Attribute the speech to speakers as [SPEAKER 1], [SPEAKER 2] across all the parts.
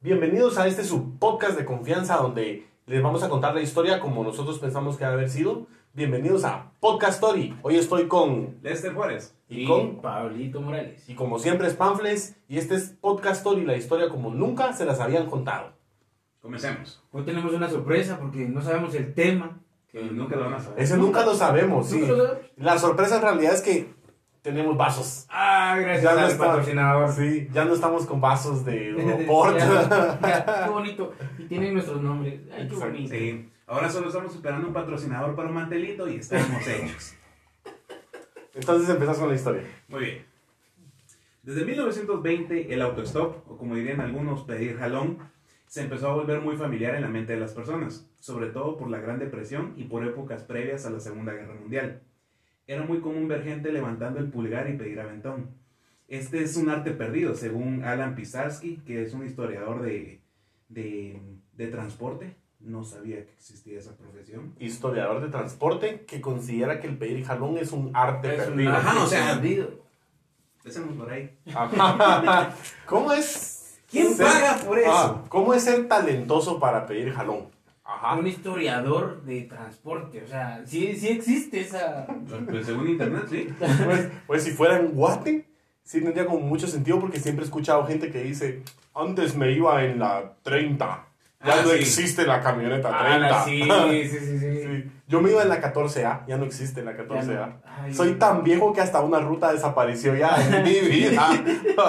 [SPEAKER 1] Bienvenidos a este su podcast de confianza donde les vamos a contar la historia como nosotros pensamos que debe haber sido. Bienvenidos a Podcast Story. Hoy estoy con
[SPEAKER 2] Lester Juárez.
[SPEAKER 1] y con
[SPEAKER 3] Pablito Morales.
[SPEAKER 1] y como siempre es Panfles y este es Podcast Story, la historia como nunca se las habían contado.
[SPEAKER 2] Comencemos.
[SPEAKER 3] Hoy tenemos una sorpresa porque no sabemos el tema.
[SPEAKER 2] Que nunca lo van a saber.
[SPEAKER 1] Ese nunca lo sabemos. sí.
[SPEAKER 3] ¿Nunca lo sabes?
[SPEAKER 1] La sorpresa en realidad es que tenemos vasos.
[SPEAKER 3] Ah, gracias al
[SPEAKER 1] está-
[SPEAKER 3] patrocinador.
[SPEAKER 1] Sí, ya no estamos con vasos de Europort.
[SPEAKER 3] Ya, ya, qué bonito. Y tienen nuestros nombres. Ay, qué
[SPEAKER 1] Exacto.
[SPEAKER 3] bonito.
[SPEAKER 2] Sí. Ahora solo estamos esperando un patrocinador para un mantelito y estamos hechos.
[SPEAKER 1] Entonces empezás con la historia.
[SPEAKER 2] Muy bien. Desde 1920, el autostop, o como dirían algunos, pedir jalón, se empezó a volver muy familiar en la mente de las personas, sobre todo por la Gran Depresión y por épocas previas a la Segunda Guerra Mundial. Era muy común ver gente levantando el pulgar y pedir aventón. Este es un arte perdido, según Alan Pisarsky, que es un historiador de, de, de transporte. No sabía que existía esa profesión.
[SPEAKER 1] Historiador de transporte que considera que el pedir jalón es un arte
[SPEAKER 3] Es un
[SPEAKER 1] perdido.
[SPEAKER 3] arte
[SPEAKER 2] Ajá, o sea,
[SPEAKER 3] perdido.
[SPEAKER 2] Empecemos por ahí.
[SPEAKER 1] Ajá. ¿Cómo es?
[SPEAKER 2] ¿Quién
[SPEAKER 1] ser-
[SPEAKER 2] paga por eso?
[SPEAKER 1] Ah, ¿Cómo es ser talentoso para pedir jalón? Ajá.
[SPEAKER 3] Un historiador de transporte. O sea, sí, sí existe esa.
[SPEAKER 2] Pues según internet, sí.
[SPEAKER 1] Pues, pues si fuera en Guate, sí tendría como mucho sentido porque siempre he escuchado gente que dice, antes me iba en la 30. Ya
[SPEAKER 2] Ah,
[SPEAKER 1] no
[SPEAKER 2] sí.
[SPEAKER 1] existe la camioneta 30.
[SPEAKER 3] Ah, sí, sí, sí, sí.
[SPEAKER 1] Sí. Yo me iba en la 14A, ya no existe la
[SPEAKER 3] Ya
[SPEAKER 1] 14A.
[SPEAKER 3] no. Ay,
[SPEAKER 1] Soy tan viejo que hasta una ruta desapareció ya en mi vida.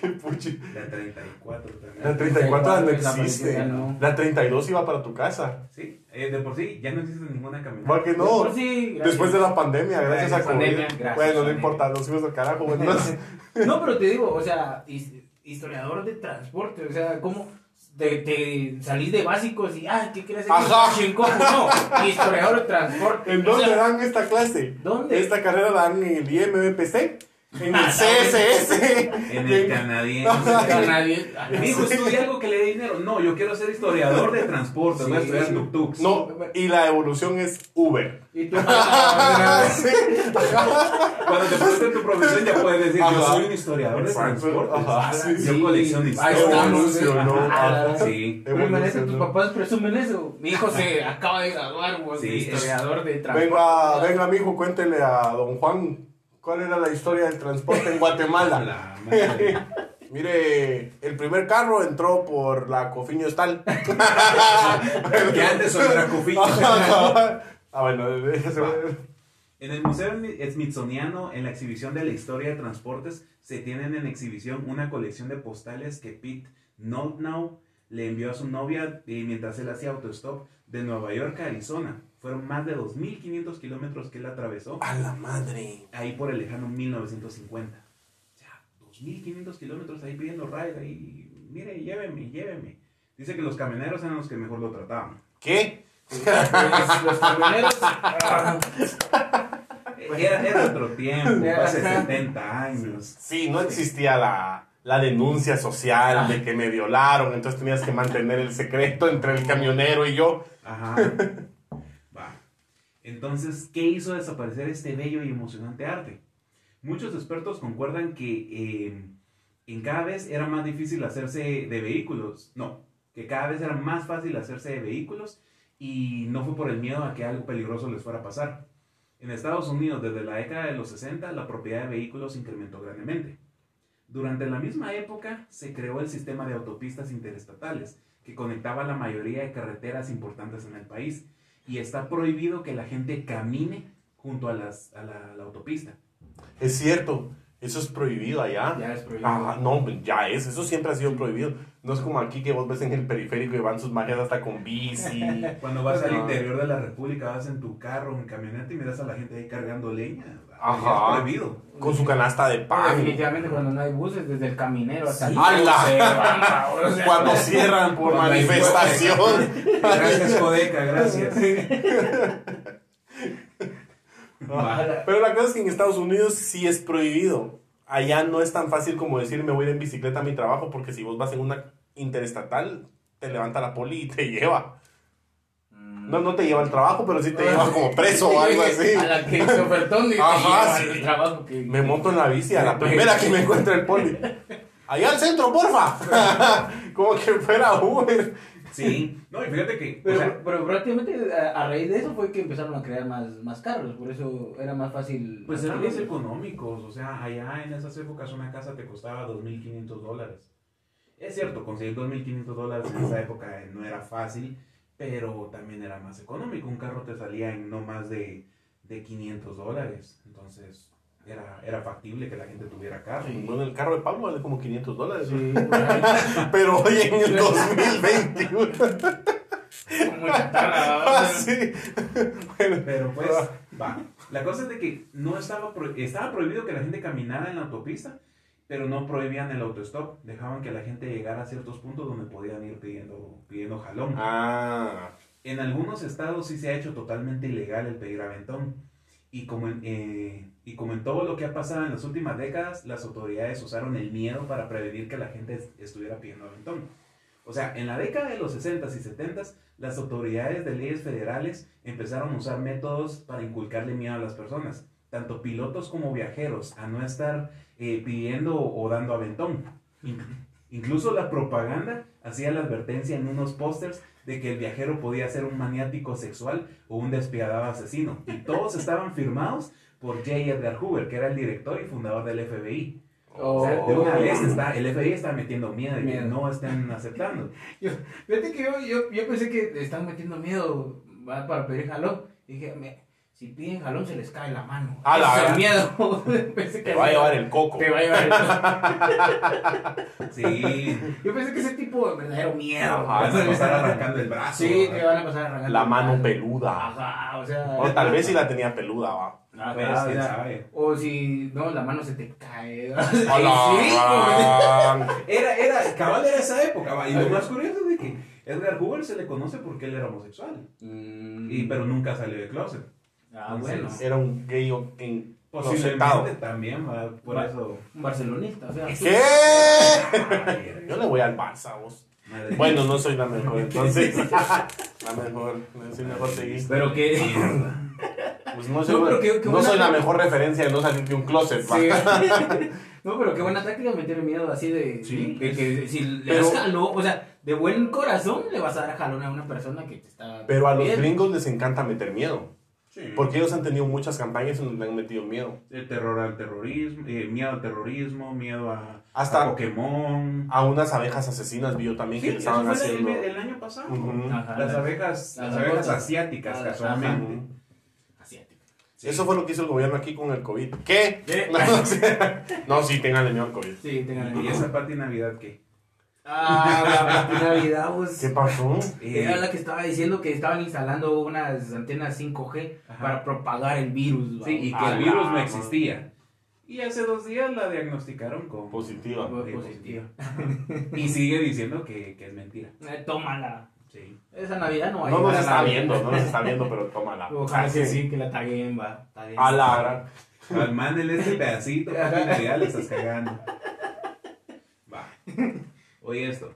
[SPEAKER 1] Qué puchi.
[SPEAKER 2] La 34 también.
[SPEAKER 1] La 34 no
[SPEAKER 3] Desapareció,
[SPEAKER 1] existe.
[SPEAKER 3] ya no.
[SPEAKER 1] La 32 iba para tu casa.
[SPEAKER 2] Sí, eh, de por sí ya no existe ninguna camioneta.
[SPEAKER 1] ¿Por qué no?
[SPEAKER 3] Por sí, gracias.
[SPEAKER 1] Después de la pandemia, gracias,
[SPEAKER 3] Gracias,
[SPEAKER 1] a COVID.
[SPEAKER 3] pandemia, gracias,
[SPEAKER 1] bueno, no
[SPEAKER 3] pandemia.
[SPEAKER 1] importa, nos fuimos al carajo. bueno,
[SPEAKER 3] No, pero te digo, o sea, his- historiador de transporte, o sea, ¿cómo te, te salís de básicos y, ah, ¿qué quieres hacer?
[SPEAKER 1] Ajá.
[SPEAKER 3] Chincón, no, historiador de transporte.
[SPEAKER 1] ¿En
[SPEAKER 3] o
[SPEAKER 1] dónde
[SPEAKER 3] sea,
[SPEAKER 1] dan esta clase?
[SPEAKER 3] ¿Dónde? Ah,
[SPEAKER 1] Esta carrera la dan en el IMBPC, en el CSS.
[SPEAKER 2] En
[SPEAKER 1] y
[SPEAKER 2] el
[SPEAKER 1] en-
[SPEAKER 3] a
[SPEAKER 2] canadiense.
[SPEAKER 3] nadie- a nadie-
[SPEAKER 2] Dijo, estudia algo que le dé dinero. No, yo quiero ser historiador de transporte, voy a
[SPEAKER 3] Sí.
[SPEAKER 2] estudiar tuk-tuks.
[SPEAKER 1] No, y la evolución es Uber.
[SPEAKER 3] Y tú, ah,
[SPEAKER 1] Sí.
[SPEAKER 2] Cuando te presenten tu profesión ya puedes decir, yo
[SPEAKER 1] Ajá.
[SPEAKER 2] soy un historiador de
[SPEAKER 1] Exacto.
[SPEAKER 2] transporte.
[SPEAKER 3] Ah,
[SPEAKER 1] Ajá, sí.
[SPEAKER 2] Yo colecciono
[SPEAKER 3] Ahí
[SPEAKER 2] historias.
[SPEAKER 3] estamos. Ah,
[SPEAKER 1] Evolucionó.
[SPEAKER 3] Ajá.
[SPEAKER 2] ah, Sí.
[SPEAKER 3] Permanece, tus
[SPEAKER 1] Evolucionó.
[SPEAKER 3] papás presumen eso. Mi hijo se acaba de graduar, vos, de
[SPEAKER 2] Sí, es-
[SPEAKER 3] historiador de transporte.
[SPEAKER 1] Venga, venga, mijo, cuéntele a don Juan cuál era la historia del transporte en Guatemala.
[SPEAKER 2] La madre.
[SPEAKER 1] Mire, el primer carro entró por la Cofiño Estal.
[SPEAKER 2] Que antes son era cofiño.
[SPEAKER 1] ah, bueno, ese-
[SPEAKER 2] En el Museo Smithsoniano, en la exhibición de la historia de transportes, se tienen en exhibición una colección de postales que Pete Notnow le envió a su novia eh, mientras él hacía autostop de Nueva York a Arizona. Fueron más de 2.500 kilómetros que él atravesó,
[SPEAKER 1] A la madre.
[SPEAKER 2] ahí por el lejano 1950. O sea, 2.500 kilómetros ahí pidiendo ride, ahí, mire, lléveme, lléveme. Dice que los camioneros eran los que mejor lo trataban.
[SPEAKER 1] ¿Qué?
[SPEAKER 3] Pues, los camioneros. ah,
[SPEAKER 2] Era, era otro tiempo,
[SPEAKER 3] Era-
[SPEAKER 2] hace 70 años.
[SPEAKER 1] Sí, no existía la, la denuncia social de que me violaron, entonces tenías que mantener el secreto entre el camionero y yo.
[SPEAKER 2] Ajá. Va. Entonces, ¿qué hizo desaparecer este bello y emocionante arte? Muchos expertos concuerdan que eh, en cada vez era más difícil hacerse de vehículos. No, que cada vez era más fácil hacerse de vehículos y no fue por el miedo a que algo peligroso les fuera a pasar. En Estados Unidos, desde la década de los 60, la propiedad de vehículos incrementó grandemente. Durante la misma época se creó el sistema de autopistas interestatales, que conectaba la mayoría de carreteras importantes en el país. Y está prohibido que la gente camine junto a, las, a la, la autopista.
[SPEAKER 1] Es cierto, eso es prohibido allá.
[SPEAKER 3] Ya es prohibido.
[SPEAKER 1] Ah, no, hombre, ya es, eso siempre ha sido prohibido. No es como aquí que vos ves en el periférico y van sus majes hasta con bici.
[SPEAKER 2] Cuando vas al
[SPEAKER 1] No.
[SPEAKER 2] interior de la República, vas en tu carro, en camioneta y miras a la gente ahí cargando leña.
[SPEAKER 1] Ajá.
[SPEAKER 2] Es prohibido.
[SPEAKER 1] Con su canasta de
[SPEAKER 3] Ah,
[SPEAKER 1] pan.
[SPEAKER 3] Definitivamente cuando no hay buses, desde el caminero hasta el
[SPEAKER 1] ¡Hala!
[SPEAKER 3] se van, cabrón, o sea,
[SPEAKER 1] Cuando cierran por
[SPEAKER 2] Cuando hay
[SPEAKER 1] manifestación.
[SPEAKER 2] Gracias, Codeca, gracias. Va.
[SPEAKER 1] Pero la cosa es que en Estados Unidos sí es prohibido. Allá no es tan fácil como decir me voy a ir en bicicleta a mi trabajo porque si vos vas en una interestatal te levanta la poli y te lleva. No, no te lleva al trabajo, pero sí te lleva como preso o algo así.
[SPEAKER 3] Mm. A la que se ofertó y
[SPEAKER 1] Ajá,
[SPEAKER 3] Ajá,
[SPEAKER 1] sí.
[SPEAKER 3] el trabajo que...
[SPEAKER 1] Me monto en la bici a la primera que me encuentra el poli. Allá al centro, porfa. Como que fuera Uber.
[SPEAKER 2] Sí, no, y fíjate que, o
[SPEAKER 3] Pero,
[SPEAKER 2] sea,
[SPEAKER 3] pero prácticamente a, a raíz de eso fue que empezaron a crear más, más carros, por eso era más fácil.
[SPEAKER 2] pues eran más
[SPEAKER 3] adquirirlos.
[SPEAKER 2] económicos, o sea, allá en esas épocas una casa te costaba 2.500 dólares. Es cierto, conseguir 2.500 dólares en esa época eh, no era fácil, pero también era más económico. Un carro te salía en no más de, de 500 dólares, entonces era, era factible que la gente tuviera carro.
[SPEAKER 3] Sí.
[SPEAKER 1] Bueno, el carro de Pablo vale como 500 dólares.
[SPEAKER 3] Sí, como
[SPEAKER 1] Pero hoy en el 2021.
[SPEAKER 3] chatarra, ¿verdad?
[SPEAKER 1] Así. Ah, Bueno,
[SPEAKER 2] Pero pues, va. La cosa es de que no estaba, pro- estaba prohibido que la gente caminara en la autopista, pero no prohibían el autostop. Dejaban que la gente llegara a ciertos puntos donde podían ir pidiendo, pidiendo jalón.
[SPEAKER 1] Ah,
[SPEAKER 2] En algunos estados sí se ha hecho totalmente ilegal el pedir aventón. Y como, en, eh, y como en todo lo que ha pasado en las últimas décadas, las autoridades usaron el miedo para prevenir que la gente es- estuviera pidiendo aventón. O sea, en la década de los 60s y 70s, las autoridades de leyes federales empezaron a usar métodos para inculcarle miedo a las personas, tanto pilotos como viajeros, a no estar eh, pidiendo o dando aventón. In- Incluso la propaganda hacía la advertencia en unos pósters de que el viajero podía ser un maniático sexual o un despiadado asesino. Y todos estaban firmados por J. Edgar Hoover, que era el director y fundador del FBI. O sea, de una vez está, el FBI está metiendo miedo y que
[SPEAKER 3] Oh. Miedo.
[SPEAKER 2] no estén aceptando.
[SPEAKER 3] Fíjate que yo, yo, yo pensé que le están metiendo miedo va, para pedir jalón. Dije, me- si piden jalón se les cae la mano.
[SPEAKER 1] A la
[SPEAKER 3] Ese
[SPEAKER 1] gran-
[SPEAKER 3] miedo. pensé que
[SPEAKER 1] te va a
[SPEAKER 3] así-
[SPEAKER 1] llevar el coco.
[SPEAKER 3] Te va a llevar
[SPEAKER 2] Sí,
[SPEAKER 3] el- Yo pensé que ese tipo de verdadero miedo.
[SPEAKER 1] Ajá,
[SPEAKER 2] vas a pasar arrancando el brazo.
[SPEAKER 3] Sí, te
[SPEAKER 2] ¿verdad?
[SPEAKER 3] van a pasar arrancando.
[SPEAKER 1] La mano peluda.
[SPEAKER 3] Ajá, o sea.
[SPEAKER 1] O tal vez si la tenía peluda, va.
[SPEAKER 3] Ajá,
[SPEAKER 2] Pues,
[SPEAKER 3] o
[SPEAKER 2] quién
[SPEAKER 3] sea,
[SPEAKER 2] sabe.
[SPEAKER 3] O si no, la mano se te cae.
[SPEAKER 1] A la gran-
[SPEAKER 2] Era, era, cabal era esa época, va, y lo más curioso es de que Edgar Hoover se le conoce porque él era homosexual, y, pero nunca salió de closet.
[SPEAKER 3] Mm. Ah, bueno.
[SPEAKER 1] Era un gay o- en-
[SPEAKER 2] Posiblemente también, va, por
[SPEAKER 3] Va.
[SPEAKER 2] eso.
[SPEAKER 3] Un barcelonista, o sea.
[SPEAKER 1] ¿Qué?
[SPEAKER 2] Ay,
[SPEAKER 1] Yo le voy al Barça, vos.
[SPEAKER 2] madre.
[SPEAKER 1] Bueno, no soy la mejor, entonces. La mejor, no soy mejor seguista.
[SPEAKER 3] Pero que.
[SPEAKER 2] Mierda.
[SPEAKER 1] Pues no soy,
[SPEAKER 3] No, pero qué- qué
[SPEAKER 1] no
[SPEAKER 3] buena-
[SPEAKER 1] soy la mejor referencia de no salir de un closet, va.
[SPEAKER 3] Sí. no, pero qué buena táctica meter miedo así de,
[SPEAKER 2] Sí.
[SPEAKER 3] de que si le
[SPEAKER 1] Pero-
[SPEAKER 3] das jalón, o sea, de buen corazón le vas a dar jalón a una persona que te está.
[SPEAKER 1] Pero a los
[SPEAKER 3] viendo.
[SPEAKER 1] gringos les encanta meter miedo.
[SPEAKER 2] Sí.
[SPEAKER 1] Porque ellos han tenido muchas campañas en donde han metido miedo.
[SPEAKER 2] El terror al terrorismo, eh, miedo al terrorismo, miedo a,
[SPEAKER 1] Hasta-
[SPEAKER 2] a Pokémon.
[SPEAKER 1] A unas abejas asesinas vi yo también que
[SPEAKER 2] Sí,
[SPEAKER 1] le
[SPEAKER 2] eso
[SPEAKER 1] estaban
[SPEAKER 2] fue
[SPEAKER 1] haciendo.
[SPEAKER 2] el, el año pasado.
[SPEAKER 1] Ujú.
[SPEAKER 3] Ajá,
[SPEAKER 2] Las abejas, Ah,
[SPEAKER 3] las
[SPEAKER 2] las abejas Ah,
[SPEAKER 3] abejas.
[SPEAKER 2] asiáticas,
[SPEAKER 3] Ajá.
[SPEAKER 2] casualmente.
[SPEAKER 1] Ujú.
[SPEAKER 3] asiáticas.
[SPEAKER 2] Sí.
[SPEAKER 1] Eso fue lo que hizo el gobierno aquí con el COVID. ¿Qué?
[SPEAKER 3] ¿Qué?
[SPEAKER 1] No, o sea, no, sí, tengan miedo al COVID.
[SPEAKER 3] Sí, tengan
[SPEAKER 2] Y esa parte de Navidad que.
[SPEAKER 3] Ah, la, la Navidad, pues.
[SPEAKER 1] ¿Qué pasó?
[SPEAKER 2] eh,
[SPEAKER 3] Era la que estaba diciendo que estaban instalando unas antenas 5G
[SPEAKER 2] Ajá.
[SPEAKER 3] para propagar el virus. Ah, va.
[SPEAKER 2] Sí, y que
[SPEAKER 1] A
[SPEAKER 2] el
[SPEAKER 1] la
[SPEAKER 2] virus no
[SPEAKER 1] madre.
[SPEAKER 2] existía. Y hace dos días la diagnosticaron como
[SPEAKER 1] Positiva.
[SPEAKER 2] como positiva. Y sigue diciendo que, que es mentira.
[SPEAKER 3] Eh, Tómala.
[SPEAKER 2] Sí.
[SPEAKER 3] Esa Navidad no hay.
[SPEAKER 1] No nos está viendo, no nos está viendo, pero tómala.
[SPEAKER 3] Ojalá que sí, que la taguen, va. taguen.
[SPEAKER 1] A la gran-
[SPEAKER 2] Al- Mándele este pedacito, porque ya le estás cagando. Va. Oye esto.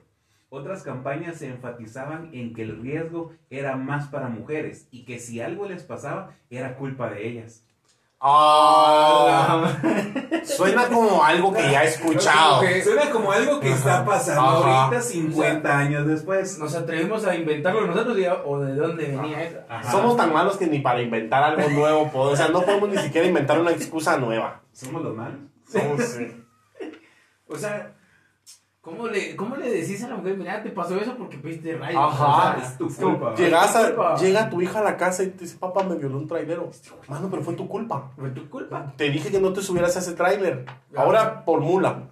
[SPEAKER 2] Otras campañas se enfatizaban en que el riesgo era más para mujeres y que si algo les pasaba era culpa de ellas.
[SPEAKER 1] Ah, suena como algo que ya he escuchado.
[SPEAKER 3] Como que-
[SPEAKER 2] Suena como algo que está pasando
[SPEAKER 1] Ajá.
[SPEAKER 2] ahorita 50 años después.
[SPEAKER 3] Nos atrevimos a inventarlo nosotros y- o de dónde venía eso.
[SPEAKER 2] Ajá.
[SPEAKER 1] Somos tan malos que ni para inventar algo nuevo podemos. O sea, no podemos ni siquiera inventar una excusa nueva.
[SPEAKER 2] Somos los malos.
[SPEAKER 1] Somos,
[SPEAKER 3] O sea, ¿cómo le, ¿cómo le decís a la mujer, mira, te pasó eso porque pediste rayos?
[SPEAKER 1] Ajá.
[SPEAKER 3] O sea,
[SPEAKER 2] es tu culpa.
[SPEAKER 1] Llegas a-
[SPEAKER 3] Disculpa.
[SPEAKER 1] llega tu hija a la casa y te dice, papá, me violó un trailero. Mano, pero fue tu culpa.
[SPEAKER 3] fue tu culpa.
[SPEAKER 1] Te dije que no te subieras a ese tráiler. Ahora por mula.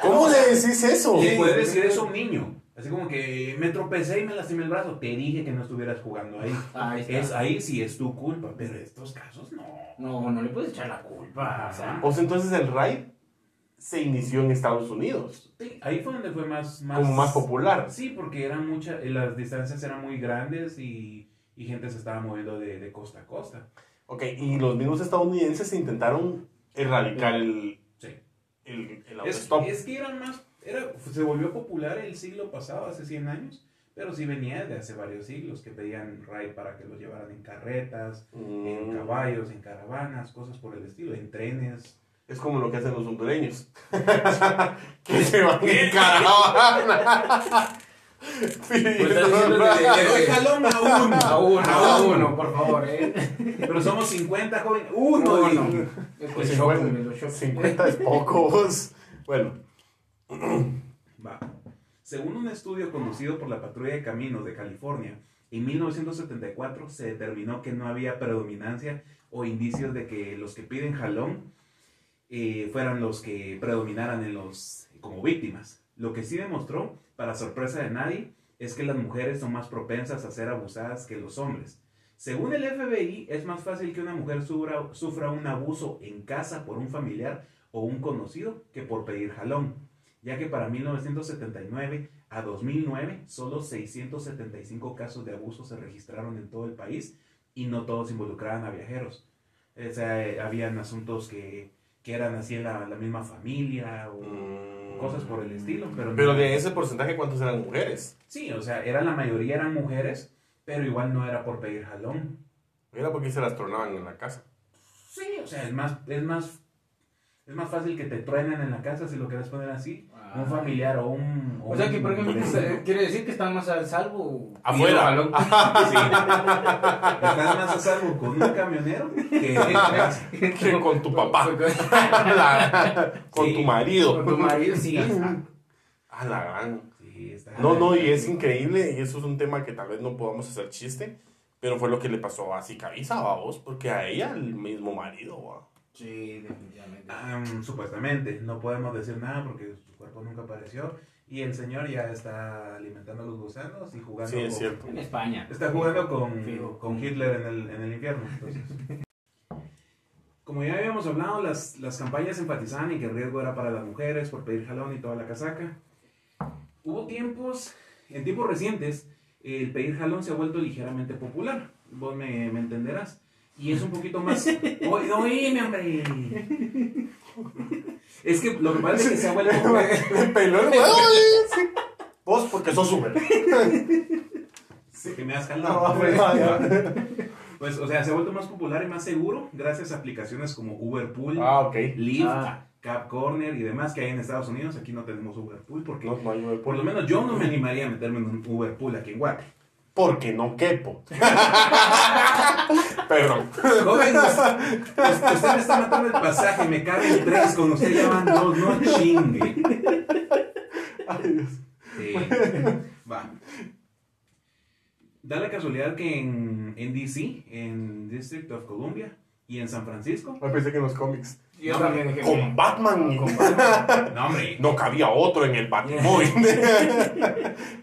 [SPEAKER 1] ¿Cómo le decís eso?
[SPEAKER 2] Le puedes decir eso a un niño. Así como que me tropecé y me lastimé el brazo. Te dije que no estuvieras jugando ahí.
[SPEAKER 3] Ahí está.
[SPEAKER 2] Es, ahí sí es tu culpa, pero en estos casos no.
[SPEAKER 3] No, no le puedes echar la culpa. O sea,
[SPEAKER 1] Pues entonces el raid se inició en Estados Unidos,
[SPEAKER 2] Sí, ahí fue donde fue más, más...
[SPEAKER 1] como más popular.
[SPEAKER 2] Sí, porque eran muchas, las distancias eran muy grandes y, y gente se estaba moviendo de, de costa a costa.
[SPEAKER 1] Ok, y los mismos estadounidenses intentaron erradicar el,
[SPEAKER 2] Sí.
[SPEAKER 1] el, el
[SPEAKER 2] Es,
[SPEAKER 1] autostop.
[SPEAKER 2] es que eran más... Era, se volvió popular el siglo pasado, hace 100 años, pero sí venía de hace varios siglos que pedían ride para que los llevaran en carretas,
[SPEAKER 1] Mm.
[SPEAKER 2] en caballos, en caravanas, cosas por el estilo, en trenes,
[SPEAKER 1] Es como lo que hacen los hondureños. que se van en caravana.
[SPEAKER 3] Pues estás diciendo que-
[SPEAKER 2] Pero déjalo a Ah, uno.
[SPEAKER 3] A uno, a Ah, uno, por favor, ¿eh?
[SPEAKER 2] Pero somos 50, joven. Uno.
[SPEAKER 3] Uno.
[SPEAKER 2] digo.
[SPEAKER 3] Es que
[SPEAKER 1] Pues
[SPEAKER 3] shock, me
[SPEAKER 1] 50,
[SPEAKER 3] lo shock.
[SPEAKER 1] 50 es pocos. Bueno,
[SPEAKER 2] Va. Según un estudio conducido por la Patrulla de Caminos de California, en 1974 se determinó que no había predominancia o indicios de que los que piden jalón eh, fueran los que predominaran en los, como víctimas. Lo que sí demostró, para sorpresa de nadie, es que las mujeres son más propensas a ser abusadas que los hombres. Según el FBI, es más fácil que una mujer sufra, sufra un abuso en casa por un familiar o un conocido que por pedir jalón ya que para 1979 a 2009 solo 675 casos de abuso se registraron en todo el país y no todos involucraban a viajeros. O sea, eh, habían asuntos que, que eran así en la, la misma familia o cosas por el estilo, pero, no-
[SPEAKER 1] Mm. Pero de ese porcentaje, ¿cuántos eran mujeres?
[SPEAKER 2] sí, o sea, era la mayoría eran mujeres, pero igual no era por pedir jalón.
[SPEAKER 1] Era porque se las tronaban en la casa.
[SPEAKER 2] Sí, o sea, es más es más es más fácil que te truenen en la casa si lo quieres poner así, un familiar o un
[SPEAKER 3] Ah. O sea que, por ejemplo,
[SPEAKER 2] Sí.
[SPEAKER 3] quiere decir que están más al salvo.
[SPEAKER 1] Afuera.
[SPEAKER 3] Y el balón.
[SPEAKER 2] Estás más a salvo con un camionero que en casa.
[SPEAKER 1] Que con tu papá.
[SPEAKER 3] Con-
[SPEAKER 1] La- con
[SPEAKER 2] Sí.
[SPEAKER 1] tu marido.
[SPEAKER 3] Con tu marido, sí.
[SPEAKER 1] A la gran.
[SPEAKER 2] Sí, está-
[SPEAKER 1] No, no, y es increíble, y eso es un tema que tal vez no podamos hacer chiste, pero fue lo que le pasó a Sicariza, a vos, porque a ella el mismo marido, va.
[SPEAKER 3] Sí, definitivamente.
[SPEAKER 2] Am, supuestamente, no podemos decir nada porque su cuerpo nunca apareció y el señor ya está alimentando a los gusanos y jugando
[SPEAKER 1] Sí, es
[SPEAKER 2] con-
[SPEAKER 1] cierto.
[SPEAKER 3] En España.
[SPEAKER 2] Está jugando con,
[SPEAKER 3] Fijo.
[SPEAKER 2] con Hitler en el, en el infierno. entonces. Como ya habíamos hablado, las, las campañas enfatizaban en que el riesgo era para las mujeres por pedir jalón y toda la casaca. Hubo tiempos, en tiempos recientes, el pedir jalón se ha vuelto ligeramente popular. Vos me, me entenderás. Y es un poquito más... Oí- ¡Oíme, hombre! Es que lo que pasa es que se ha vuelto...
[SPEAKER 1] Le peló el huevo, ¿eh? Sí. Vos, porque sos súper.
[SPEAKER 2] Que me has jalado.
[SPEAKER 1] No, pues, vaya.
[SPEAKER 2] Pues, o sea, se ha vuelto más popular y más seguro gracias a aplicaciones como Uberpool,
[SPEAKER 1] Ah, ok.
[SPEAKER 2] Lyft,
[SPEAKER 3] Ah.
[SPEAKER 2] Cap Corner y demás que hay en Estados Unidos. Aquí no tenemos Uberpool porque,
[SPEAKER 1] No, no, yo-
[SPEAKER 2] por lo menos, yo no me animaría a meterme en un Uberpool aquí en Guate.
[SPEAKER 1] Porque no quepo. Perdón.
[SPEAKER 2] Joven, us- usted pues, me está matando el pasaje, me caben tres, con usted ya van dos, no chingue.
[SPEAKER 1] Ay, Dios.
[SPEAKER 2] Sí. Va. Da la casualidad que en, en DC, en District of Columbia y en San Francisco,
[SPEAKER 1] Me pensé que en los cómics.
[SPEAKER 3] Yo también dije.
[SPEAKER 1] Con Batman.
[SPEAKER 3] Con Batman.
[SPEAKER 2] no hombre,
[SPEAKER 1] No cabía otro en el Batimóvil.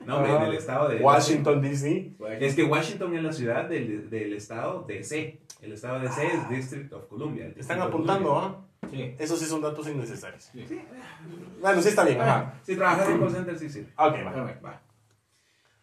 [SPEAKER 2] no hombre, en el estado de
[SPEAKER 1] Washington, D.C.
[SPEAKER 3] Pues,
[SPEAKER 2] Es que Washington es la ciudad del, del estado DC. El estado DC
[SPEAKER 1] Ah.
[SPEAKER 2] es District of Columbia. el
[SPEAKER 1] Están
[SPEAKER 2] Distrito de
[SPEAKER 1] apuntando,
[SPEAKER 2] Columbia.
[SPEAKER 1] ¿ah?
[SPEAKER 3] Sí.
[SPEAKER 1] Esos sí son datos innecesarios.
[SPEAKER 3] Sí.
[SPEAKER 1] Bueno, sí está bien, ¿eh? ajá.
[SPEAKER 2] Si trabajas en call center, sí sirve.
[SPEAKER 1] Ah, Ok, va.
[SPEAKER 2] Va.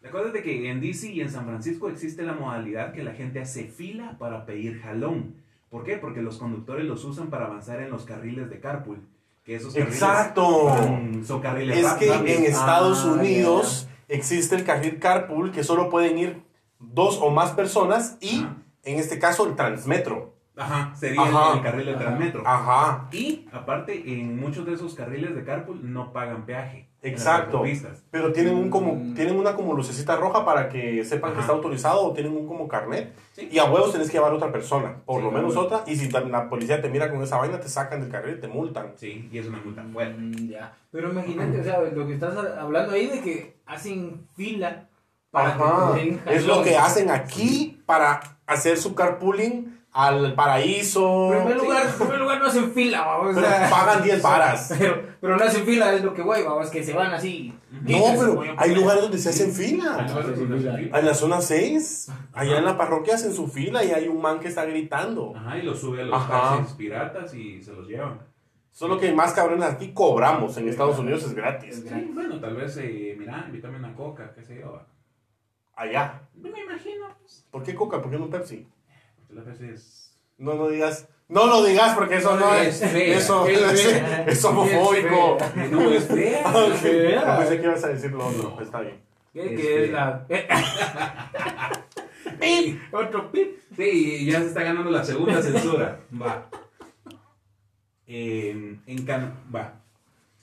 [SPEAKER 2] La cosa es de que en DC y en San Francisco existe la modalidad que la gente hace fila para pedir jalón. ¿Por qué? Porque los conductores los usan para avanzar en los carriles de carpool. Que esos carriles
[SPEAKER 1] Exacto.
[SPEAKER 2] van- son carriles
[SPEAKER 1] Es
[SPEAKER 2] rap-
[SPEAKER 1] que
[SPEAKER 2] rápidos.
[SPEAKER 1] en Estados
[SPEAKER 3] Ah,
[SPEAKER 1] Unidos existe el carril carpool que solo pueden ir dos o más personas y,
[SPEAKER 2] Ajá.
[SPEAKER 1] en este caso, el transmetro.
[SPEAKER 2] Ajá, sería el-
[SPEAKER 1] Ajá. Ah.
[SPEAKER 2] el carril de
[SPEAKER 3] Ajá.
[SPEAKER 2] Transmetro.
[SPEAKER 1] Ajá.
[SPEAKER 2] Y aparte, en muchos de esos carriles de carpool no pagan peaje. en las
[SPEAKER 1] Exacto.
[SPEAKER 2] autopistas.
[SPEAKER 1] Pero tienen un como
[SPEAKER 3] Mm.
[SPEAKER 1] tienen una como lucecita roja para que sepan que
[SPEAKER 2] Ajá.
[SPEAKER 1] está autorizado o tienen un como carnet.
[SPEAKER 2] Sí.
[SPEAKER 1] Y a huevos tenés que llevar otra persona, por
[SPEAKER 2] Sí,
[SPEAKER 1] lo
[SPEAKER 2] a
[SPEAKER 1] menos
[SPEAKER 2] huevo.
[SPEAKER 1] otra. Y si tan- la policía te mira con esa vaina, te sacan del carril y te multan.
[SPEAKER 2] Sí, y es una multa fuerte.
[SPEAKER 3] Mm, ya. Pero imagínate, o sea, lo que estás hablando ahí de que hacen fila para
[SPEAKER 1] Ajá.
[SPEAKER 3] que te den
[SPEAKER 1] Es lo
[SPEAKER 3] jalón.
[SPEAKER 1] que hacen aquí para hacer su carpooling al paraíso.
[SPEAKER 3] En primer
[SPEAKER 1] Sí.
[SPEAKER 3] lugar, en primer lugar no hacen fila, vamos. o
[SPEAKER 1] Pero
[SPEAKER 3] sea,
[SPEAKER 1] pagan 10 varas.
[SPEAKER 3] Pero, pero no hacen fila, es lo que voy, vamos, que se van así.
[SPEAKER 1] No, pero
[SPEAKER 3] pues,
[SPEAKER 1] hay lugares donde se hacen fila. En la zona 6, allá en la parroquia hacen su fila y hay un man que está gritando.
[SPEAKER 2] Ajá, y los sube a los
[SPEAKER 1] Ajá.
[SPEAKER 2] taxis piratas y se los llevan.
[SPEAKER 1] Solo que más cabrones aquí cobramos, en Estados Unidos es gratis.
[SPEAKER 3] Es
[SPEAKER 2] Sí, bueno, tal vez, eh, mira, invítame una coca, qué sé yo. va.
[SPEAKER 1] Allá.
[SPEAKER 2] Yo Me imagino, pues.
[SPEAKER 1] ¿Por qué Coca? ¿Por qué no Pepsi?
[SPEAKER 2] Porque las veces.
[SPEAKER 1] No lo digas. No lo digas porque eso no es.
[SPEAKER 3] Es fea,
[SPEAKER 1] Eso
[SPEAKER 3] es fea.
[SPEAKER 1] es homofóbico.
[SPEAKER 3] Es
[SPEAKER 2] No me espera.
[SPEAKER 1] Ah, ok.
[SPEAKER 3] fea.
[SPEAKER 1] Pensé que ibas a decir lo otro.
[SPEAKER 2] No.
[SPEAKER 1] Está bien.
[SPEAKER 3] Que, que es la.
[SPEAKER 2] Sí,
[SPEAKER 3] Otro pip.
[SPEAKER 2] sí, ya se está ganando la segunda censura. Va. eh, en Can- va.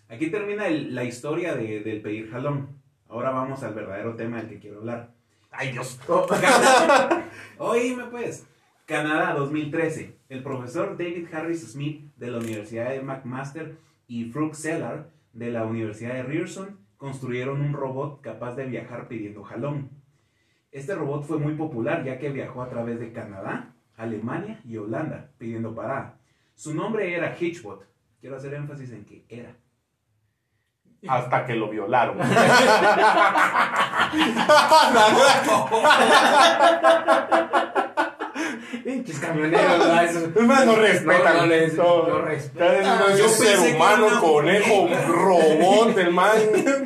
[SPEAKER 2] Aquí termina el- la historia de- del pedir jalón. Ahora vamos al verdadero tema del que quiero hablar.
[SPEAKER 1] Ay, Dios.
[SPEAKER 3] Oh,
[SPEAKER 2] Canadá- Oíme pues. Canadá 2013. El profesor David Harris Smith de la Universidad de McMaster y Brooke Sellar de la Universidad de Ryerson construyeron un robot capaz de viajar pidiendo jalón. Este robot fue muy popular ya que viajó a través de Canadá, Alemania y Holanda pidiendo parada. Su nombre era Hitchbot. Quiero hacer énfasis en que era.
[SPEAKER 1] Hasta que lo violaron.
[SPEAKER 3] Pinches camioneros, ¿verdad? Esos-
[SPEAKER 1] Es más, no respetan.
[SPEAKER 3] No, no les-
[SPEAKER 1] No.
[SPEAKER 3] no respetan.
[SPEAKER 1] Está diciendo,
[SPEAKER 2] Ah, Yo
[SPEAKER 1] es un
[SPEAKER 2] pensé
[SPEAKER 1] ser
[SPEAKER 2] que
[SPEAKER 1] humano,
[SPEAKER 2] era una
[SPEAKER 1] conejo, robot, el man.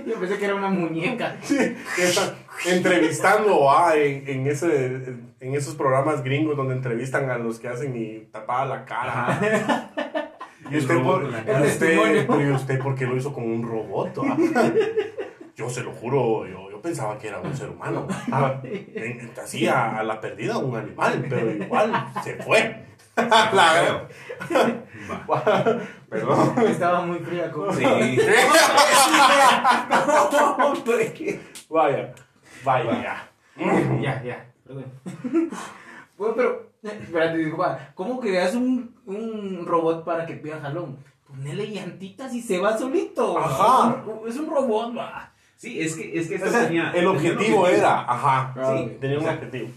[SPEAKER 3] Yo pensé que era una muñeca.
[SPEAKER 1] que está entrevistando ah, en, en ese, en esos programas gringos donde entrevistan a los que hacen y tapada la cara. Y
[SPEAKER 2] El
[SPEAKER 1] usted,
[SPEAKER 2] robot
[SPEAKER 1] por,
[SPEAKER 2] con la
[SPEAKER 1] y
[SPEAKER 2] cara.
[SPEAKER 1] usted-
[SPEAKER 3] Testimonio.
[SPEAKER 1] pero ¿y usted por qué lo hizo con un robot? ah? Yo se lo juro, yo, yo pensaba que era un ser humano. Ah, en- así a, a la perdida un animal, pero igual se fue. La-
[SPEAKER 2] Va.
[SPEAKER 1] Perdón.
[SPEAKER 3] Estaba muy fría como.
[SPEAKER 2] Sí.
[SPEAKER 1] Vaya, vaya.
[SPEAKER 3] Ya, ya, perdón. bueno, pero, eh, espérate, disculpa. ¿Cómo creas un, un robot para que pida jalón? Ponele llantitas y se va solito. va.
[SPEAKER 1] Ajá.
[SPEAKER 3] Un- Es un robot, va.
[SPEAKER 2] Sí, es que, es que esto
[SPEAKER 1] O sea,
[SPEAKER 2] tenía-
[SPEAKER 1] el
[SPEAKER 2] tenía un
[SPEAKER 1] objetivo era, ajá.
[SPEAKER 2] Sí,
[SPEAKER 1] Tenía un
[SPEAKER 2] o sea,
[SPEAKER 1] objetivo.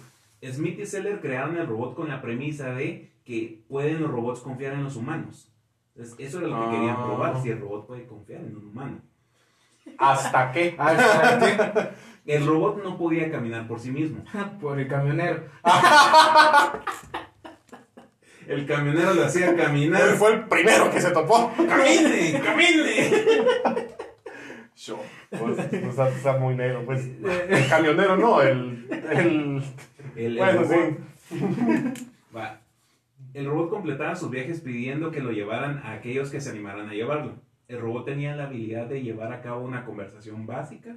[SPEAKER 2] Smith y Seller crearon el robot con la premisa de que pueden los robots confiar en los humanos. Entonces, eso era lo que
[SPEAKER 1] Ah.
[SPEAKER 2] querían probar, si el robot puede confiar en un humano.
[SPEAKER 1] ¿Hasta qué?
[SPEAKER 3] Hasta
[SPEAKER 2] El robot no podía caminar por sí mismo.
[SPEAKER 3] que- por el camionero.
[SPEAKER 2] El camionero lo hacía caminar.
[SPEAKER 1] Él fue el primero que se topó.
[SPEAKER 2] ¡Camine! ¡Camine!
[SPEAKER 1] Yo. Pues, pues, está muy negro, pues. El camionero no, el. el
[SPEAKER 2] El, el
[SPEAKER 1] bueno,
[SPEAKER 2] robot,
[SPEAKER 1] sí.
[SPEAKER 2] va. el robot completaba sus viajes pidiendo que lo llevaran a aquellos que se animaran a llevarlo. El robot tenía la habilidad de llevar a cabo una conversación básica.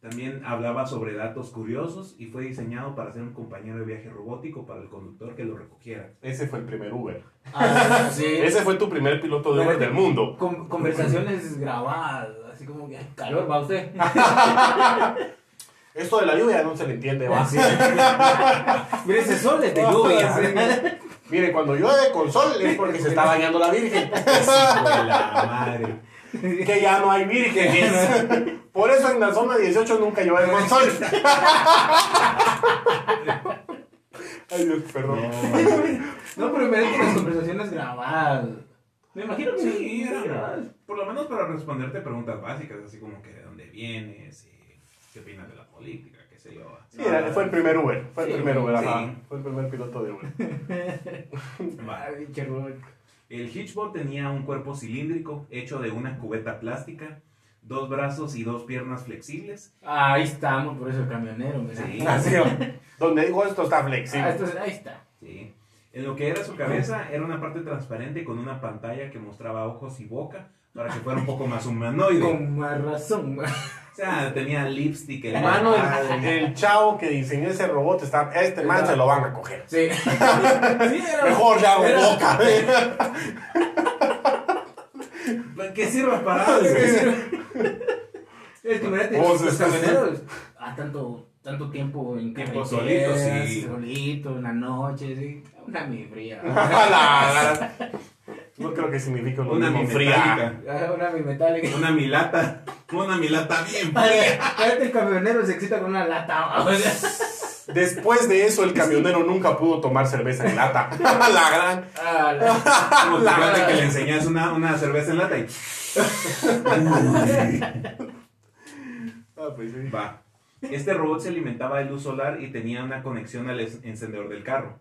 [SPEAKER 2] También hablaba sobre datos curiosos y fue diseñado para ser un compañero de viaje robótico para el conductor que lo recogiera.
[SPEAKER 1] Ese fue el primer Uber.
[SPEAKER 3] Ah, sí.
[SPEAKER 1] Ese fue tu primer piloto de Uber del mundo.
[SPEAKER 3] Con- conversaciones grabadas, así como que "Ay, calor va usted.
[SPEAKER 1] Esto de la lluvia no se le entiende, va.
[SPEAKER 3] Mire ese sol es de lluvia.
[SPEAKER 1] Mire, cuando llueve con sol es porque se está bañando la Virgen.
[SPEAKER 2] la madre.
[SPEAKER 1] Que ya no hay vírgenes. Por eso en la zona 18 nunca llueve con sol. Ay, Dios, perdón.
[SPEAKER 3] No, pero me que las conversaciones grabadas. Me imagino que
[SPEAKER 2] Sí, era-
[SPEAKER 3] grabadas.
[SPEAKER 2] por lo menos para responderte preguntas básicas, así como que de dónde vienes, eh, qué opinas de la política, qué sé yo.
[SPEAKER 1] Sí, era- fue el primer Uber. Fue el
[SPEAKER 3] Sí,
[SPEAKER 1] primer Uber,
[SPEAKER 2] sí.
[SPEAKER 1] ajá. Fue el primer piloto de Uber.
[SPEAKER 2] Va.
[SPEAKER 3] Ay, qué horror.
[SPEAKER 2] El Hitchbot tenía un cuerpo cilíndrico hecho de una cubeta plástica, dos brazos y dos piernas flexibles.
[SPEAKER 3] Ah, Ahí estamos, por eso el camionero. mira.
[SPEAKER 2] Sí.
[SPEAKER 1] Así, donde digo esto está flexible.
[SPEAKER 3] Ah, esto es- ahí está.
[SPEAKER 2] Sí. En lo que era su cabeza era una parte transparente con una pantalla que mostraba ojos y boca para que fuera un poco más humanoide.
[SPEAKER 3] Con más razón.
[SPEAKER 2] O sea, tenía lipstick, el
[SPEAKER 3] Mano,
[SPEAKER 1] El, el chavo que diseñó ese robot está. Este man se lo van a coger.
[SPEAKER 3] Sí. Sí, era-
[SPEAKER 1] Mejor le hago
[SPEAKER 3] era-
[SPEAKER 1] boca.
[SPEAKER 2] Pues, ¿Qué sirve para algo?
[SPEAKER 3] Es que imagínate,
[SPEAKER 1] Vos
[SPEAKER 3] los
[SPEAKER 1] estás-
[SPEAKER 3] camioneros. Ah, tanto, tanto tiempo en
[SPEAKER 2] Tiempo
[SPEAKER 3] carreteras,
[SPEAKER 2] solito, sí.
[SPEAKER 3] este, Solito, en la noche, sí. Una mi fría.
[SPEAKER 1] La- la- no creo que signifique lo
[SPEAKER 2] Una
[SPEAKER 1] mismo fría.
[SPEAKER 2] mimetálica,
[SPEAKER 3] Ah, Una mi metálica.
[SPEAKER 2] una milata, una milata bien fría.
[SPEAKER 3] Espérate, el camionero se excita con una lata. o sea.
[SPEAKER 1] Después de eso, el camionero nunca pudo tomar cerveza en lata. La gran.
[SPEAKER 3] Ah, la-
[SPEAKER 2] Como tu cuate que le enseñas una, una cerveza en lata y
[SPEAKER 1] Ah, pues sí.
[SPEAKER 2] Va. Este robot se alimentaba de luz solar y tenía una conexión al es- encendedor del carro.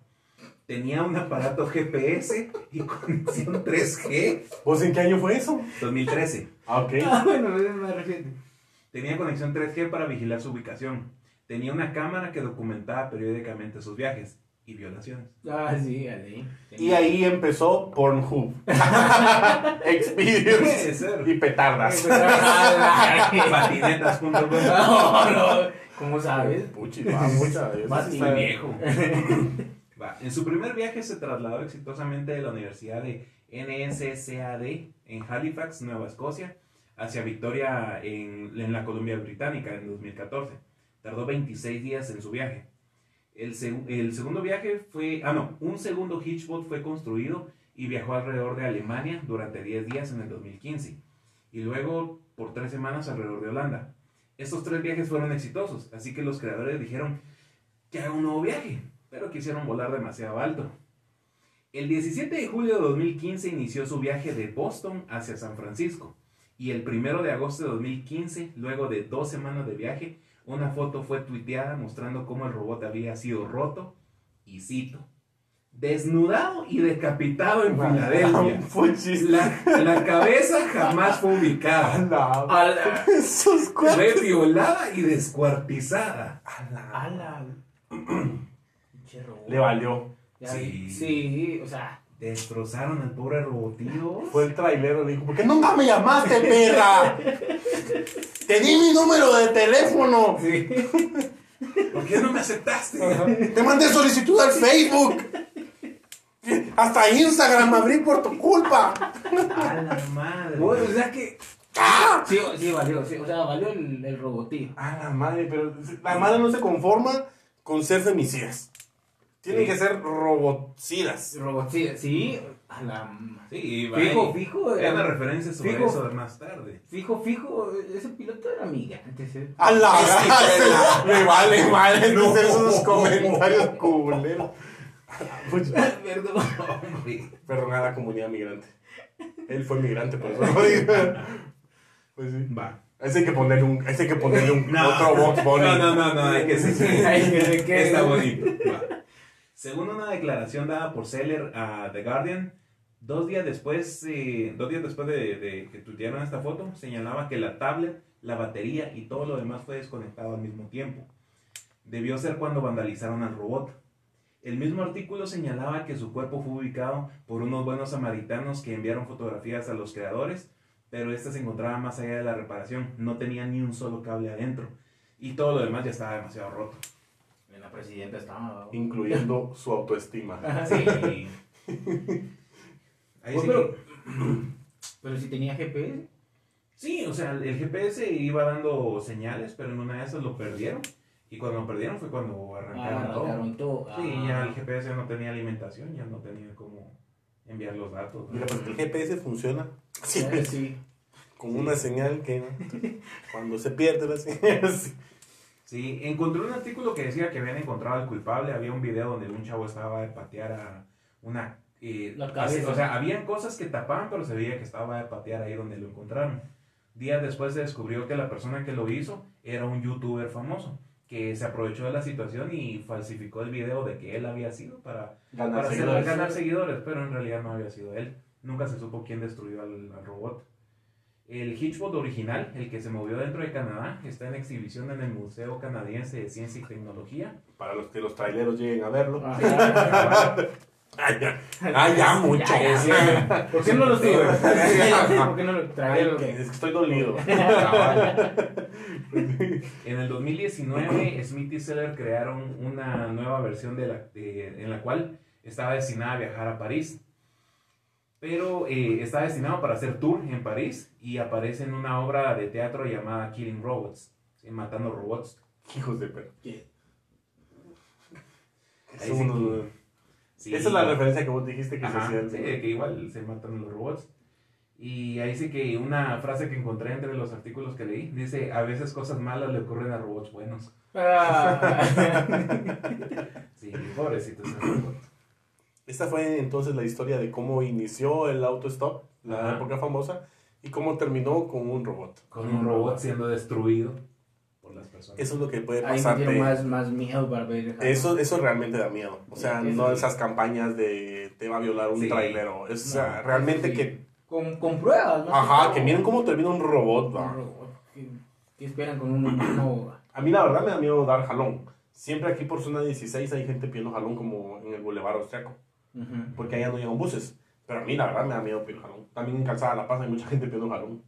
[SPEAKER 2] Tenía un aparato GPS y conexión 3G.
[SPEAKER 1] ¿Vos en qué año fue eso?
[SPEAKER 2] 2013.
[SPEAKER 1] Ah, ok.
[SPEAKER 3] Ah, bueno, es más reciente.
[SPEAKER 2] Tenía conexión 3G para vigilar su ubicación. Tenía una cámara que documentaba periódicamente sus viajes y violaciones.
[SPEAKER 3] Ah, sí, ahí.
[SPEAKER 1] Y ahí empezó Pornhub.
[SPEAKER 2] Puede
[SPEAKER 1] Experience.
[SPEAKER 2] ser.
[SPEAKER 1] Y petardas.
[SPEAKER 2] Patinetas.com.
[SPEAKER 3] No, no. ¿Cómo sabes?
[SPEAKER 1] Puchi, va, mucha.
[SPEAKER 3] Va,
[SPEAKER 1] eso sí
[SPEAKER 3] y
[SPEAKER 1] está-
[SPEAKER 2] Viejo. Va. En su primer viaje se trasladó exitosamente de la Universidad de NSCAD en Halifax, Nueva Escocia, hacia Victoria en, en la Columbia Británica en 2014. Tardó 26 días en su viaje. El, seg- el segundo viaje fue, ah no, un segundo Hitchbot fue construido y viajó alrededor de Alemania durante 10 días en el 2015 y luego por 3 semanas alrededor de Holanda. Estos tres viajes fueron exitosos, así que los creadores dijeron que haga un nuevo viaje, pero quisieron volar demasiado alto. El 17 de julio de 2015 inició su viaje de Boston hacia San Francisco y el 1 de agosto de 2015, luego de dos semanas de viaje, una foto fue tuiteada mostrando cómo el robot había sido roto, y cito, desnudado y decapitado en Filadelfia.
[SPEAKER 1] Fuchis.
[SPEAKER 2] La, la cabeza jamás fue
[SPEAKER 1] A
[SPEAKER 2] ubicada.
[SPEAKER 1] la-
[SPEAKER 3] A la.
[SPEAKER 1] Esos cuernos.
[SPEAKER 2] Fue violada y descuartizada.
[SPEAKER 1] A la-
[SPEAKER 3] A la. Pinche robot.
[SPEAKER 1] Le valió.
[SPEAKER 3] Ya
[SPEAKER 2] Sí.
[SPEAKER 3] vi. Sí, o sea.
[SPEAKER 2] Destrozaron al pobre robotillo.
[SPEAKER 1] Fue el trailero, le dijo, ¿por qué nunca me llamaste, perra? Te di mi número de teléfono.
[SPEAKER 3] Sí.
[SPEAKER 2] ¿Por qué no me aceptaste?
[SPEAKER 1] Te mandé solicitud al Facebook. Hasta Instagram abrí por tu culpa.
[SPEAKER 2] A la madre.
[SPEAKER 3] Bueno, o sea que. Sí, o- sí, valió. sí, o sea, valió el, el robotillo.
[SPEAKER 1] A la madre, pero la madre no se conforma con ser femicidas. Tienen
[SPEAKER 2] Sí.
[SPEAKER 1] que ser roboticidas.
[SPEAKER 3] Robotillo, sí. A la.
[SPEAKER 2] Sí,
[SPEAKER 3] Fijo,
[SPEAKER 2] vaya.
[SPEAKER 3] fijo.
[SPEAKER 2] Hay
[SPEAKER 3] era-
[SPEAKER 2] una referencia sobre
[SPEAKER 3] Fijo.
[SPEAKER 2] eso más tarde.
[SPEAKER 3] Fijo, fijo. Ese piloto era migrante. sí.
[SPEAKER 1] A la madre, me vale madre
[SPEAKER 2] No.
[SPEAKER 1] hacer sus comentarios culeros.
[SPEAKER 3] Pues, Perdón.
[SPEAKER 2] Hombre.
[SPEAKER 1] Perdón a la comunidad migrante. Él fue migrante, por eso lo digo. Pues sí.
[SPEAKER 2] Va.
[SPEAKER 1] A Ese hay que ponerle un, a ese hay que ponerle un otro box bunny.
[SPEAKER 2] No, no, no, no, hay que ser.
[SPEAKER 3] Ay, que- que-
[SPEAKER 2] Está bonito. Va. Según una declaración dada por Seller a The Guardian, dos días después, eh, dos días después de, de que tuitearon esta foto, señalaba que la tablet, la batería y todo lo demás fue desconectado al mismo tiempo. Debió ser cuando vandalizaron al robot. El mismo artículo señalaba que su cuerpo fue ubicado por unos buenos samaritanos que enviaron fotografías a los creadores, pero esta se encontraba más allá de la reparación, no tenía ni un solo cable adentro y todo lo demás ya estaba demasiado roto.
[SPEAKER 3] La presidenta estaba. Sí.
[SPEAKER 1] Incluyendo su autoestima.
[SPEAKER 2] Sí. Ahí
[SPEAKER 3] Pues,
[SPEAKER 2] sí,
[SPEAKER 3] pero-
[SPEAKER 2] que-
[SPEAKER 3] Pero si tenía GPS.
[SPEAKER 2] sí, o sea, el GPS iba dando señales, pero en una de esas lo perdieron. Y cuando lo perdieron fue cuando arrancaron
[SPEAKER 3] Ah,
[SPEAKER 2] todo.
[SPEAKER 3] arrancaron todo.
[SPEAKER 2] Sí,
[SPEAKER 3] Ah.
[SPEAKER 2] ya el GPS no tenía alimentación, ya no tenía cómo enviar los datos.
[SPEAKER 1] Mira, pues el GPS funciona
[SPEAKER 3] Sí, sí.
[SPEAKER 1] con una señal que cuando se pierde la señal. sí.
[SPEAKER 2] Sí, encontré un artículo que decía que habían encontrado al culpable. Había un video donde un chavo estaba de patear a una. eh,
[SPEAKER 3] La cabeza.
[SPEAKER 2] O sea, habían cosas que tapaban, pero se veía que estaba de patear ahí donde lo encontraron. Días después se descubrió que la persona que lo hizo era un youtuber famoso que se aprovechó de la situación y falsificó el video de que él había sido para, para
[SPEAKER 1] Ganarse
[SPEAKER 2] hacer-
[SPEAKER 1] la-
[SPEAKER 3] seguidores.
[SPEAKER 2] ganar seguidores, pero en realidad no había sido él. Nunca se supo quién destruyó al, al robot. El Hitchbot original, el que se movió dentro de Canadá, está en exhibición en el Museo Canadiense de Ciencia y Tecnología.
[SPEAKER 1] Para los que los traileros lleguen a
[SPEAKER 2] Ah.
[SPEAKER 1] verlo.
[SPEAKER 3] Ajá.
[SPEAKER 1] Ay, ya, Ay, ya mucho.
[SPEAKER 3] Ya, ya. ¿Por qué no lo tuve? ¿Por qué no lo
[SPEAKER 1] Ay,
[SPEAKER 3] trajeron?
[SPEAKER 1] que- es que estoy dolido.
[SPEAKER 2] En el 2019, Smith y Seller crearon una nueva versión de la, de- en la cual estaba destinada a viajar a París. Pero eh, estaba destinado para hacer tour en París y aparece en una obra de teatro llamada Killing Robots, ¿sí? Matando Robots.
[SPEAKER 1] Hijos de perro.
[SPEAKER 3] ¿Qué?
[SPEAKER 2] Ahí
[SPEAKER 1] Es
[SPEAKER 2] sí
[SPEAKER 1] uno-
[SPEAKER 2] Sí.
[SPEAKER 1] Esa es la referencia que vos dijiste que se
[SPEAKER 2] Ajá,
[SPEAKER 1] hacía.
[SPEAKER 2] sí, que igual se matan los robots. Y ahí sí que una frase que encontré entre los artículos que leí dice, a veces cosas malas le ocurren a robots buenos.
[SPEAKER 3] Ah.
[SPEAKER 2] Sí, pobrecitos esos robots.
[SPEAKER 1] Esta fue entonces la historia de cómo inició el autostop, la
[SPEAKER 2] Ajá.
[SPEAKER 1] época famosa, y cómo terminó con un robot.
[SPEAKER 2] Con un robot siendo destruido por las personas.
[SPEAKER 1] Eso es lo que puede
[SPEAKER 3] Ahí me
[SPEAKER 1] pasarte.
[SPEAKER 3] dieron más, más miedo para ver.
[SPEAKER 1] Eso, eso realmente da miedo. O sea,
[SPEAKER 3] Sí, eso
[SPEAKER 1] no
[SPEAKER 3] sí.
[SPEAKER 1] esas campañas de te va a violar un
[SPEAKER 2] Sí.
[SPEAKER 1] trailero. Es, o sea,
[SPEAKER 3] No,
[SPEAKER 1] realmente
[SPEAKER 3] sí.
[SPEAKER 1] que.
[SPEAKER 3] Con, con pruebas, ¿no?
[SPEAKER 1] Ajá, que miren cómo termina un robot.
[SPEAKER 3] Un
[SPEAKER 1] ¿va?
[SPEAKER 3] robot. ¿Qué, qué esperan con un humano?
[SPEAKER 1] A mí, la verdad, me da miedo dar jalón. Siempre aquí por zona 16 hay gente pidiendo jalón, como en el Boulevard Austriaco,
[SPEAKER 3] Ujú.
[SPEAKER 1] porque allá no llegan buses. Pero a mí, la verdad, me da miedo pedir jalón. También en Calzada La Paz hay mucha gente pidiendo jalón.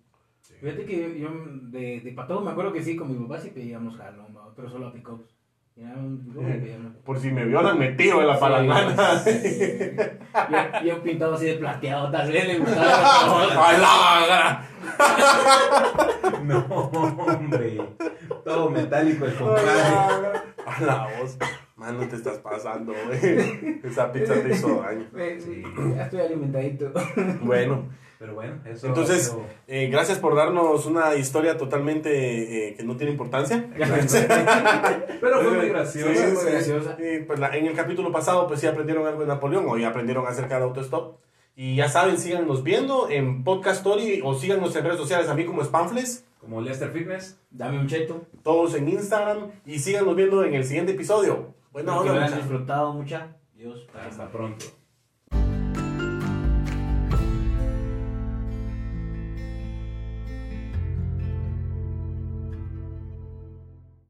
[SPEAKER 3] Fíjate que yo de, de Patón me acuerdo que sí, con mi papá sí pedíamos jalón, ¿no? pero solo a pick-ups. Era un- yo me pedía una-
[SPEAKER 1] Por si me violan, me tiro de la palangana.
[SPEAKER 3] Sí, sí. Yo, yo pintado así de plateado, tal vez le gustaba.
[SPEAKER 1] ¡A la gran!
[SPEAKER 2] No, hombre. Todo metálico el compadre.
[SPEAKER 1] ¡A la voz! Mano, te estás pasando, güey. Esa pizza te hizo daño.
[SPEAKER 3] Eh, sí, ya estoy alimentadito.
[SPEAKER 1] Bueno,
[SPEAKER 2] Pero bueno, eso.
[SPEAKER 1] entonces,
[SPEAKER 2] eso-
[SPEAKER 1] eh, gracias por darnos una historia totalmente eh, que no tiene importancia. Eh,
[SPEAKER 2] Pero fue muy gracioso.
[SPEAKER 1] Sí, sí,
[SPEAKER 3] Muy
[SPEAKER 1] sí.
[SPEAKER 3] graciosa.
[SPEAKER 1] Sí, pues la- en el capítulo pasado, pues sí aprendieron algo de Napoleón, hoy aprendieron acerca de autostop. Y ya saben, síganos viendo en Podcast Story o síganos en redes sociales, a mí como Spamfles,
[SPEAKER 2] Como Lester Fitness.
[SPEAKER 3] Dame un cheto.
[SPEAKER 1] todos en Instagram y síganos viendo en el siguiente episodio. Bueno,
[SPEAKER 3] Espero que lo hayan
[SPEAKER 1] muchachos.
[SPEAKER 3] disfrutado mucha. Dios.
[SPEAKER 2] Hasta pronto.